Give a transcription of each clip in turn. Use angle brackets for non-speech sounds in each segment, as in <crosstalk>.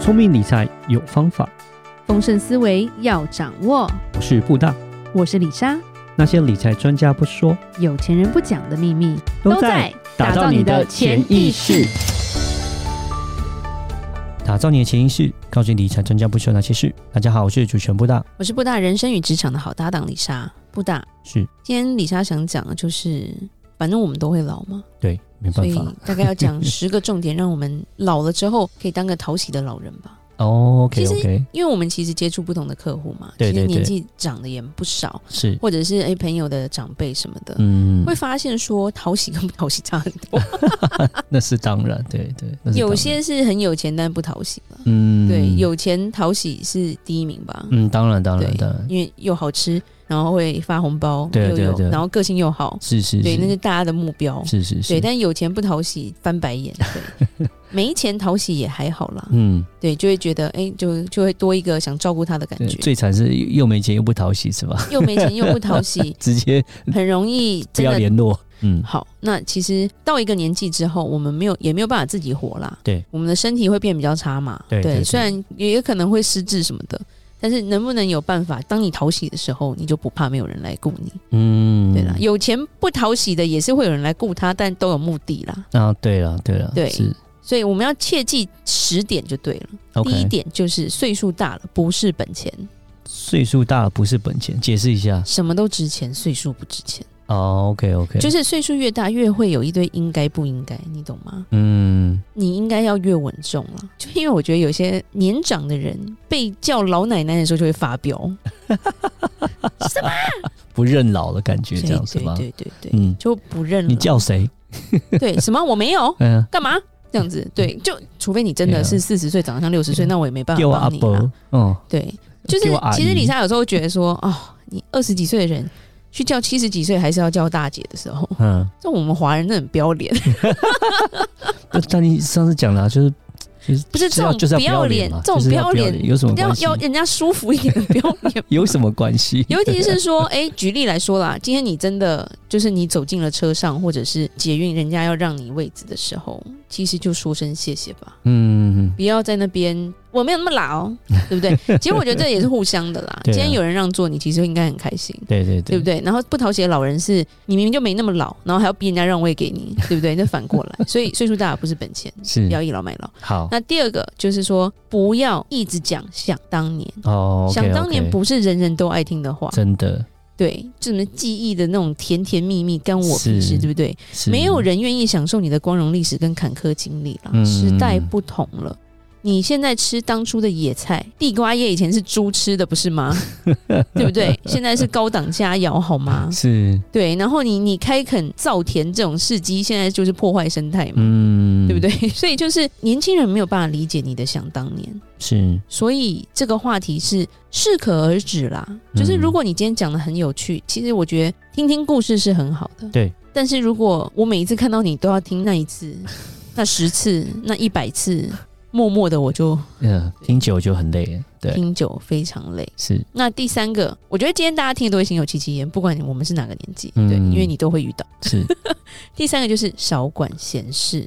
聪明理财有方法，丰盛思维要掌握。我是布大。我是李莎，那些理财专家不说，有钱人不讲的秘密打造你的潜意识。。打造你的潜意识，告诉你理财专家不说哪些事。大家好，我是主持人布大。我是布大人生与职场的好搭档李莎。布大，是今天李莎想讲的就是，反正我们都会老嘛，对，没所办以法大概 <laughs> 要讲十个重点，让我们老了之后可以当个讨喜的老人吧。哦。OK 其实 OK，因为我们其实接触不同的客户嘛，对对其实年对纪长的也不少，是或者是诶朋友的长辈什么的。嗯会，发现说讨喜跟不讨喜差很多，那是当然，对对，那是当然有些是很有钱但不讨喜了，嗯，对，有钱讨喜是第一名吧？嗯，当然当然对当然，因为又好吃，然后会发红包，对啊又对有对然后个性又好，是是是，对，那是大家的目标。是是对，是，但有钱不讨喜，翻白眼。对， <laughs> 没钱讨喜也还好啦。嗯，对，就会觉得哎、就就会多一个想照顾他的感对觉。最惨是又没钱又不讨喜是吧？，又没钱又不讨喜 <laughs> 直接很容易不真要的联络，嗯，好。那其实到一个年纪之后，我们没有也没有办法自己活啦。对，我们的身体会变比较差嘛。对对对虽然也可能会失智什么的，但是能不能有办法？当你讨喜的时候，你就不怕没有人来顾你。嗯，对啦，有钱不讨喜的也是会有人来雇他，但都有目的啦。啊，对了，对了，对是所以我们要切记十点就对了。 OK。第一点就是岁数大了不是本钱，岁数大了不是本钱，解释一下。什么都值钱，岁数不值钱。哦，OK OK，就是是岁数越大越会有一堆应该不应该，你懂吗？嗯，你应该要越稳重了。就因为我觉得有些年长的人被叫老奶奶的时候就会发飙，不认老的感觉这样是对吗？对对对，嗯，就不认了。你叫谁？ <laughs> 对什么？我没有嗯，干嘛？这样子对，就除非你真的 Yeah 是四十岁长得像六十岁， Yeah 那我也没办啊嗯法叫我阿帮你伯啊。。嗯，对，就是给我阿姨其实李莎有时候觉得说，哦，你二十几岁的人去叫七十几岁还是要叫大姐的时候，嗯，这我们华人真的很不要脸，但但你上次讲了啊，就是就是不 <laughs> 就是是这要种就是不要不要要脸脸，嘛，这种就是不要不要脸脸有什么要关系？要人家舒服一点的不要脸。有什么关系？ <laughs> 尤其是说，哎、举例来说啦，今天你真的就是你走进了车上，或者是捷运，人家要让你位置的时候，其实就说声谢谢吧， <laughs> 嗯，不要在那边我没有那么老，对不对？其实我觉得这也是互相的啦。 <laughs> 对啊今天有人让座，你其实应该很开心。对对对不对？然后不讨喜的老人是你明明就没那么老，然后还要逼人家让位给你，对不对？那反过来，所以岁数大不是本钱，不是要倚老卖老。好那第二个就是说，不要一直讲想当年，哦，想当年 OK，OK，不是人人都爱听的话，真的对，这什么记忆的那种甜甜蜜蜜，干我屁事，是对不对？是没有人愿意享受你的光荣历史跟坎坷经历啦，嗯时代不同了。你现在吃当初的野菜，地瓜叶以前是猪吃的，不 <laughs> 是吗？对不对？现在是高档佳肴，<laughs> 好吗？是对，然后你你开垦造田这种事迹，现在就是破坏生态嘛，嗯，对不？对？ <laughs> 所以就是年轻人没有办法理解你的想当年，是所以这个话题是适可而止啦。就是嗯如果你今天讲的很有趣，其实我觉得听听故事是很好的。对，但是如果我每一次看到你都要听那 <laughs> 一次、那十次、那一百次，默默的我就嗯，听久就很累了，对，听久非常累。是那第三个，我觉得今天大家听的都会心有戚戚焉，不管我们是哪个年纪，对，嗯因为你都会遇到。是， <laughs> 第三个就是少管闲事，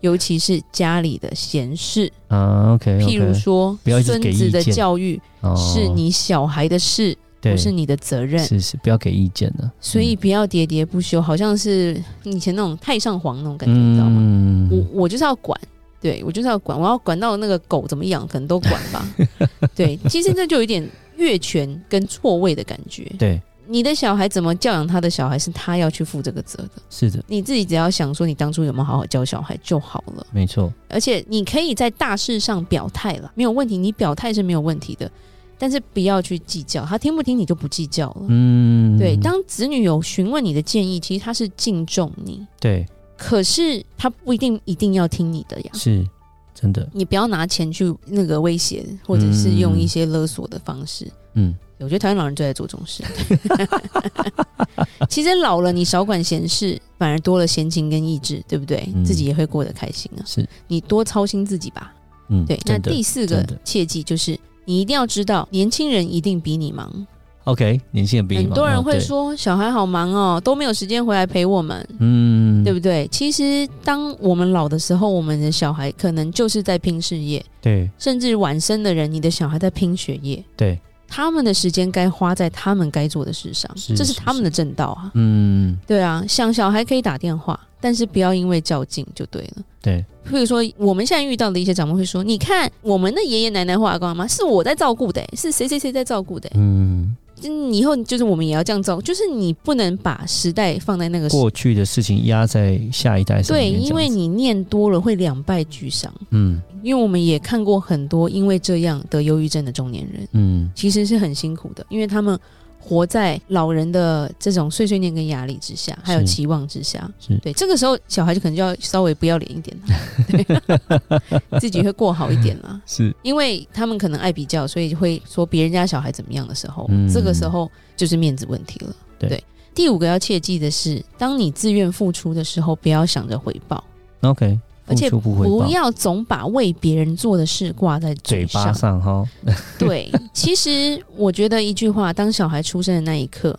尤其是家里的闲事，啊 OK，譬如说不要一直孙给子意的见哦教育是你小孩的事，对不是你的责任。是嗯是，不要给意见了。所以不要喋喋不休，好像是以前那种太上皇那种感觉，你嗯，知道吗？嗯我我就是要管，对我就是要管，我要管到那个狗怎么养，可能都管 <laughs> 吧。对，其实这就有一点越权跟错位的感觉。对，你的小孩怎么教养他的小孩，是他要去负这个责的。是的，你自己只要想说你当初有没有好好教小孩就好了，没错，而且你可以在大事上表态了，没有问题，你表态是没有问题的，但是不要去计较，他听不听你就不计较了。嗯，对，当子女有询问你的建议，其实他是敬重你，对可是他不一定一定要听你的呀。是真的，你不要拿钱去那个威胁，或者是用一些勒索的方式。嗯，我觉得台湾老人最爱做这种事。 <laughs> 其实老了，你少管闲事，反而多了闲情跟意志，对不对？嗯自己也会过得开心啊。是，你多操心自己吧。嗯，对，那真的第四个真的切记就是，你一定要知道，年轻人一定比你忙。 OK，年轻人比你很忙多人会，哦说小孩好忙哦，都没有时间回来陪我们，对嗯，对不对？其实当我们老的时候，我们的小孩可能就是在拼事业，对甚至晚生的人，你的小孩在拼学业，对，他们的时间该花在他们该做的事上，是这是是他们的正道啊。嗯，对啊，想小孩可以打电话，但是不要因为较劲就对了。对，譬如说，我们现在遇到的一些长辈会说：“你看，我们的爷爷奶奶或阿公阿妈是我在照顾的、欸是谁谁谁在照顾的、欸嗯，嗯，以后就是我们也要这样照顾，就是你不能把时代放在那个时过去的事情压在下一代上对，面，这样因为子你念多了会两败俱伤。嗯因为我们也看过很多因为这样得忧郁症的中年人，嗯，其实是很辛苦的，因为他们活在老人的这种碎碎念跟压力之下，还有是期望之下是。对，这个时候小孩就可能就要稍微不要脸一点啦，对 <laughs> <laughs> 自己会过好一点啦。是因为他们可能爱比较，所以会说别人家小孩怎么样的时候，嗯这个时候就是面子问题了。对第五个要切记的是，当你自愿付出的时候，不要想着回报， OK，而且付出不回不报，要总把为别人做的事挂在嘴巴上。上哈， <laughs> 对，其实我觉得一句话，当小孩出生的那一刻，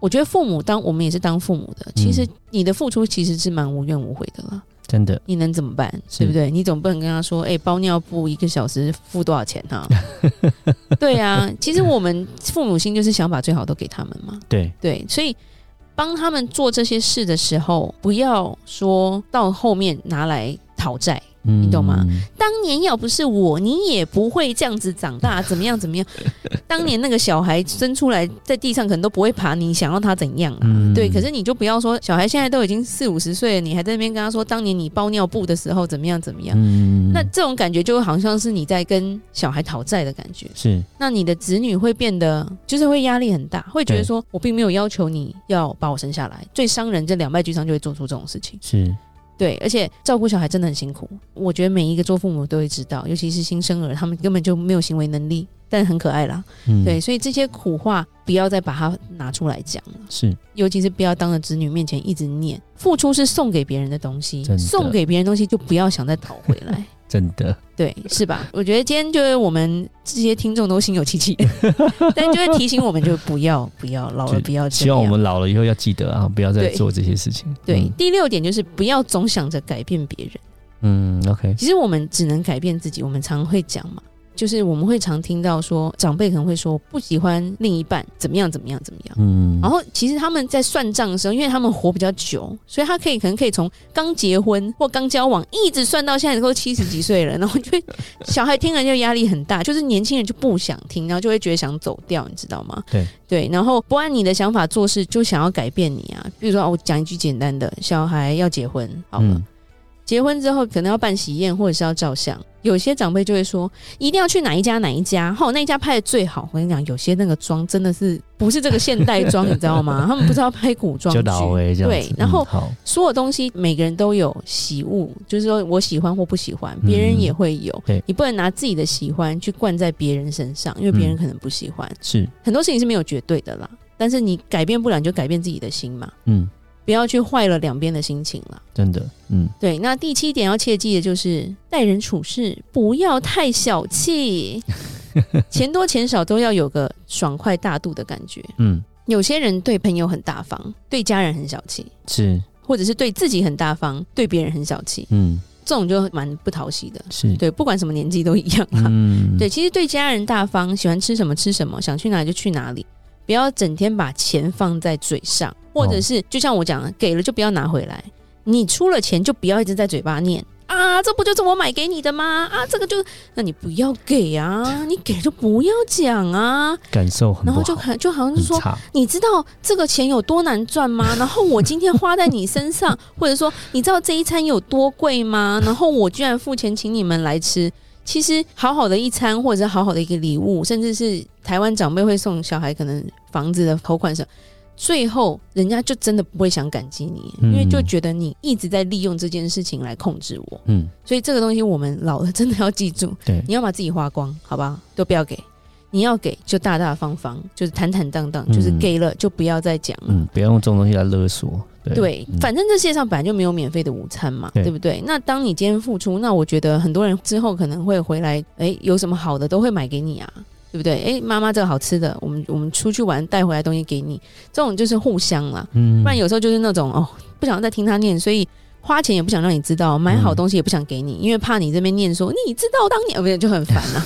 我觉得父母当我们也是当父母的，其嗯实你的付出其实是蛮无怨无悔的啦。真的你能怎么办？是对不对？你总不能跟他说，哎、包尿布一个小时付多少钱啊？ <laughs> 对啊，其实我们父母心就是想把最好都给他们嘛。对，对，所以帮他们做这些事的时候，不要说到后面拿来讨债。嗯，懂吗？当年要不是我，你也不会这样子长大，怎么样怎么样？当年那个小孩生出来在地上可能都不会爬，你想要他怎样啊？嗯对，可是你就不要说小孩现在都已经四五十岁了，你还在那边跟他说当年你包尿布的时候怎么样怎么样？嗯，啊那这种感觉就好像是你在跟小孩讨债的感觉，是那你的子女会变得就是会压力很大，会觉得对说我并没有要求你要把我生下来，最伤人这两败俱伤就会做出这种事情。是，对，而且照顾小孩真的很辛苦，我觉得每一个做父母都会知道，尤其是新生儿，他们根本就没有行为能力，但很可爱啦。嗯，对，所以这些苦话不要再把它拿出来讲了，是尤其是不要当着子女面前一直念。付出是送给别人的东西真，的送给别人的东西就不要想再讨回 <laughs> 来。真的，对，是吧？我觉得今天就是我们这些听众都心有 <laughs> 戚戚，但就会提醒我们，就不要不要老了就不要这希望样。我们嗯老了以后要记得啊，不要再对做这些事情。对，第六点就是不要总想着改变别人。嗯，嗯，OK，其实我们只能改变自己，我们常会讲嘛，就是我们会常听到说长辈可能会说不喜欢另一半怎么样怎么样怎么样。嗯，然后其实他们在算账的时候，因为他们活比较久，所以他可以可能可以从刚结婚或刚交往一直算到现在都七十几 <laughs> 岁了，然后就会小孩听了就压力很大，就是年轻人就不想听，然后就会觉得想走掉，你知道吗？对对，然后不按你的想法做事，就想要改变你啊。比如说，哦我讲一句简单的，小孩要结婚，好了，嗯，结婚之后可能要办喜宴或者是要照相，有些长辈就会说一定要去哪一家哪一家，吼那一家拍的最好。我跟你讲，有些那个妆真的是不是这个现代妆，你知道吗？他们不知道拍古装就剧，老哎这样对子，然嗯后好，所有东西每个人都有喜恶，就是说我喜欢或不喜欢，别人也会有。对你不能拿自己的喜欢去灌在别人身上，因为别人可能不喜欢。是，很多事情是没有绝对的啦，但是你改变不了，你就改变自己的心嘛，嗯，不要去坏了两边的心情啦。真的，嗯，对，那第七点要切记的就是待人处事不要太小气，钱多钱少都要有个爽快大度的感觉。嗯，有些人对朋友很大方，对家人很小气，是，或者是对自己很大方，对别人很小气，嗯，这种就蛮不讨喜的。是，对，不管什么年纪都一样啊。嗯，对，，其实对家人大方，喜欢吃什么吃什么，想去哪里就去哪里，不要整天把钱放在嘴上，或者哦是、就像我讲的，给了就不要拿回来，你出了钱就不要一直在嘴巴念。啊，这不就是我买给你的吗？啊，这个就，那你不要给啊，你给就不要讲啊，感受很不然好，后就很就好像是很说，差，你知道这个钱有多难赚吗？ <laughs> 然后我今天花在你身上， <laughs> 或者说你知道这一餐有多贵吗？然后我居然付钱请你们来吃。其实好好的一餐，或者是好好的一个礼物，甚至是台湾长辈会送小孩可能房子的头款什么，最后人家就真的不会想感激你，因为就嗯觉得你一直在利用这件事情来控制我。嗯，所以这个东西我们老了真的要记住，对你要把自己花光，好吧，都不要给。你要给就大大方方，就是坦坦荡荡，嗯就是给了就不要再讲了。嗯，不要用这种东西来勒索，对，对，嗯反正这世界上本来就没有免费的午餐嘛，对对不对？那当你今天付出，那我觉得很多人之后可能会回来，哎，有什么好的都会买给你啊。对不对？诶，妈妈这个好吃的，我们我们出去玩带回来东西给你，这种就是互相啦。嗯，不然有时候就是那种哦，不想再听他念，所以花钱也不想让你知道，买好东西也不想给你，因为怕你这边念说你知道当年，呃 <laughs> 不是就很烦啊。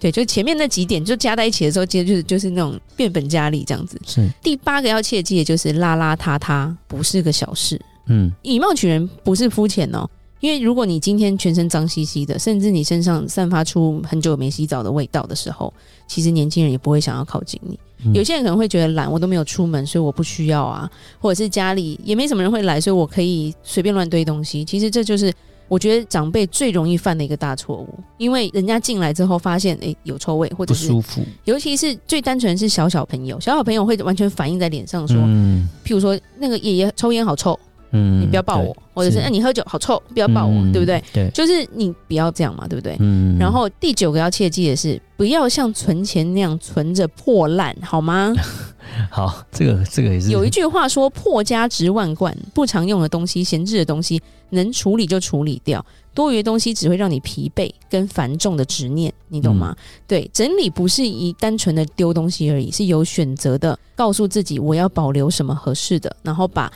对，就前面那几点就加在一起的时候，其实就是就是那种变本加厉这样子。是，第八个要切记的就是邋邋遢遢不是个小事，嗯以貌取人不是肤浅哦。因为如果你今天全身脏兮兮的，甚至你身上散发出很久没洗澡的味道的时候，其实年轻人也不会想要靠近你。嗯有些人可能会觉得懒，我都没有出门，所以我不需要啊，或者是家里也没什么人会来，所以我可以随便乱堆东西。其实这就是我觉得长辈最容易犯的一个大错误，因为人家进来之后发现，诶有臭味，或者不是舒服，尤其是最单纯是小小朋友，小小朋友会完全反映在脸上说，嗯譬如说那个爷爷抽烟好臭，嗯你不要抱我，，或者是是哎你喝酒好臭，不不要抱我，对不对？？对，就是你不要这样嘛，对不对？嗯然后第九个要切记的是，不要像存钱那样存着破烂，好吗？好，这个这个也是有一句话说“破家值万贯”，不常用的东西、闲置的东西，能处理就处理掉，多余的东西只会让你疲惫跟繁重的执念，你懂吗？对，整理不是一单纯的丢东西而已，是有选择的，告诉自己我要保留什么合适的，然后把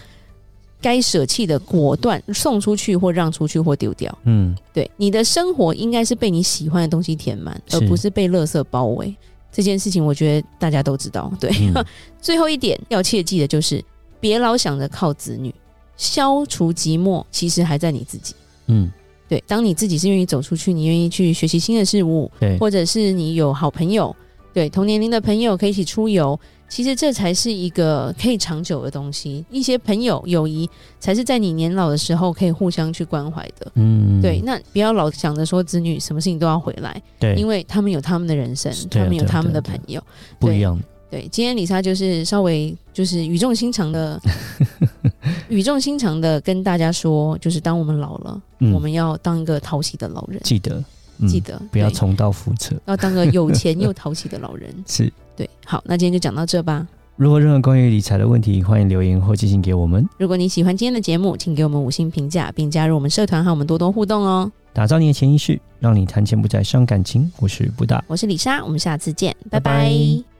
该舍弃的果断送出去或让出去或丢掉。嗯对，你的生活应该是被你喜欢的东西填满，是而不是被垃圾包围。这件事情，我觉得大家都知道。对，嗯最后一点要切记的就是，别老想着靠子女消除寂寞，其实还在你自己。嗯对，当你自己是愿意走出去，你愿意去学习新的事物，对，或者是你有好朋友，对同年龄的朋友可以一起出游，其实这才是一个可以长久的东西。一些朋友友谊才是在你年老的时候可以互相去关怀的。嗯对，那不要老想着说子女什么事情都要回来，对，因为为他们有他们的人生是，他对啊们有对啊他们对的啊朋友。不一样，对，今天李莎就是稍微就是语重心 <laughs> 长的，语重心长的跟大家说，就是当我们老了，嗯我们要当一个讨喜的老人，记得嗯记得不要对重蹈覆辙，。<laughs> 要当个有钱又讨喜的老人是。对，好，那今天就讲到这吧。如果有任何关于理财的问题，欢迎留言或寄信给我们。如果你喜欢今天的节目，请给我们五星评价，并加入我们社团和我们多多互动哦。打造你的潜意识，让你谈钱不再伤感情。我是布达。我是李莎，我们下次见，拜拜拜拜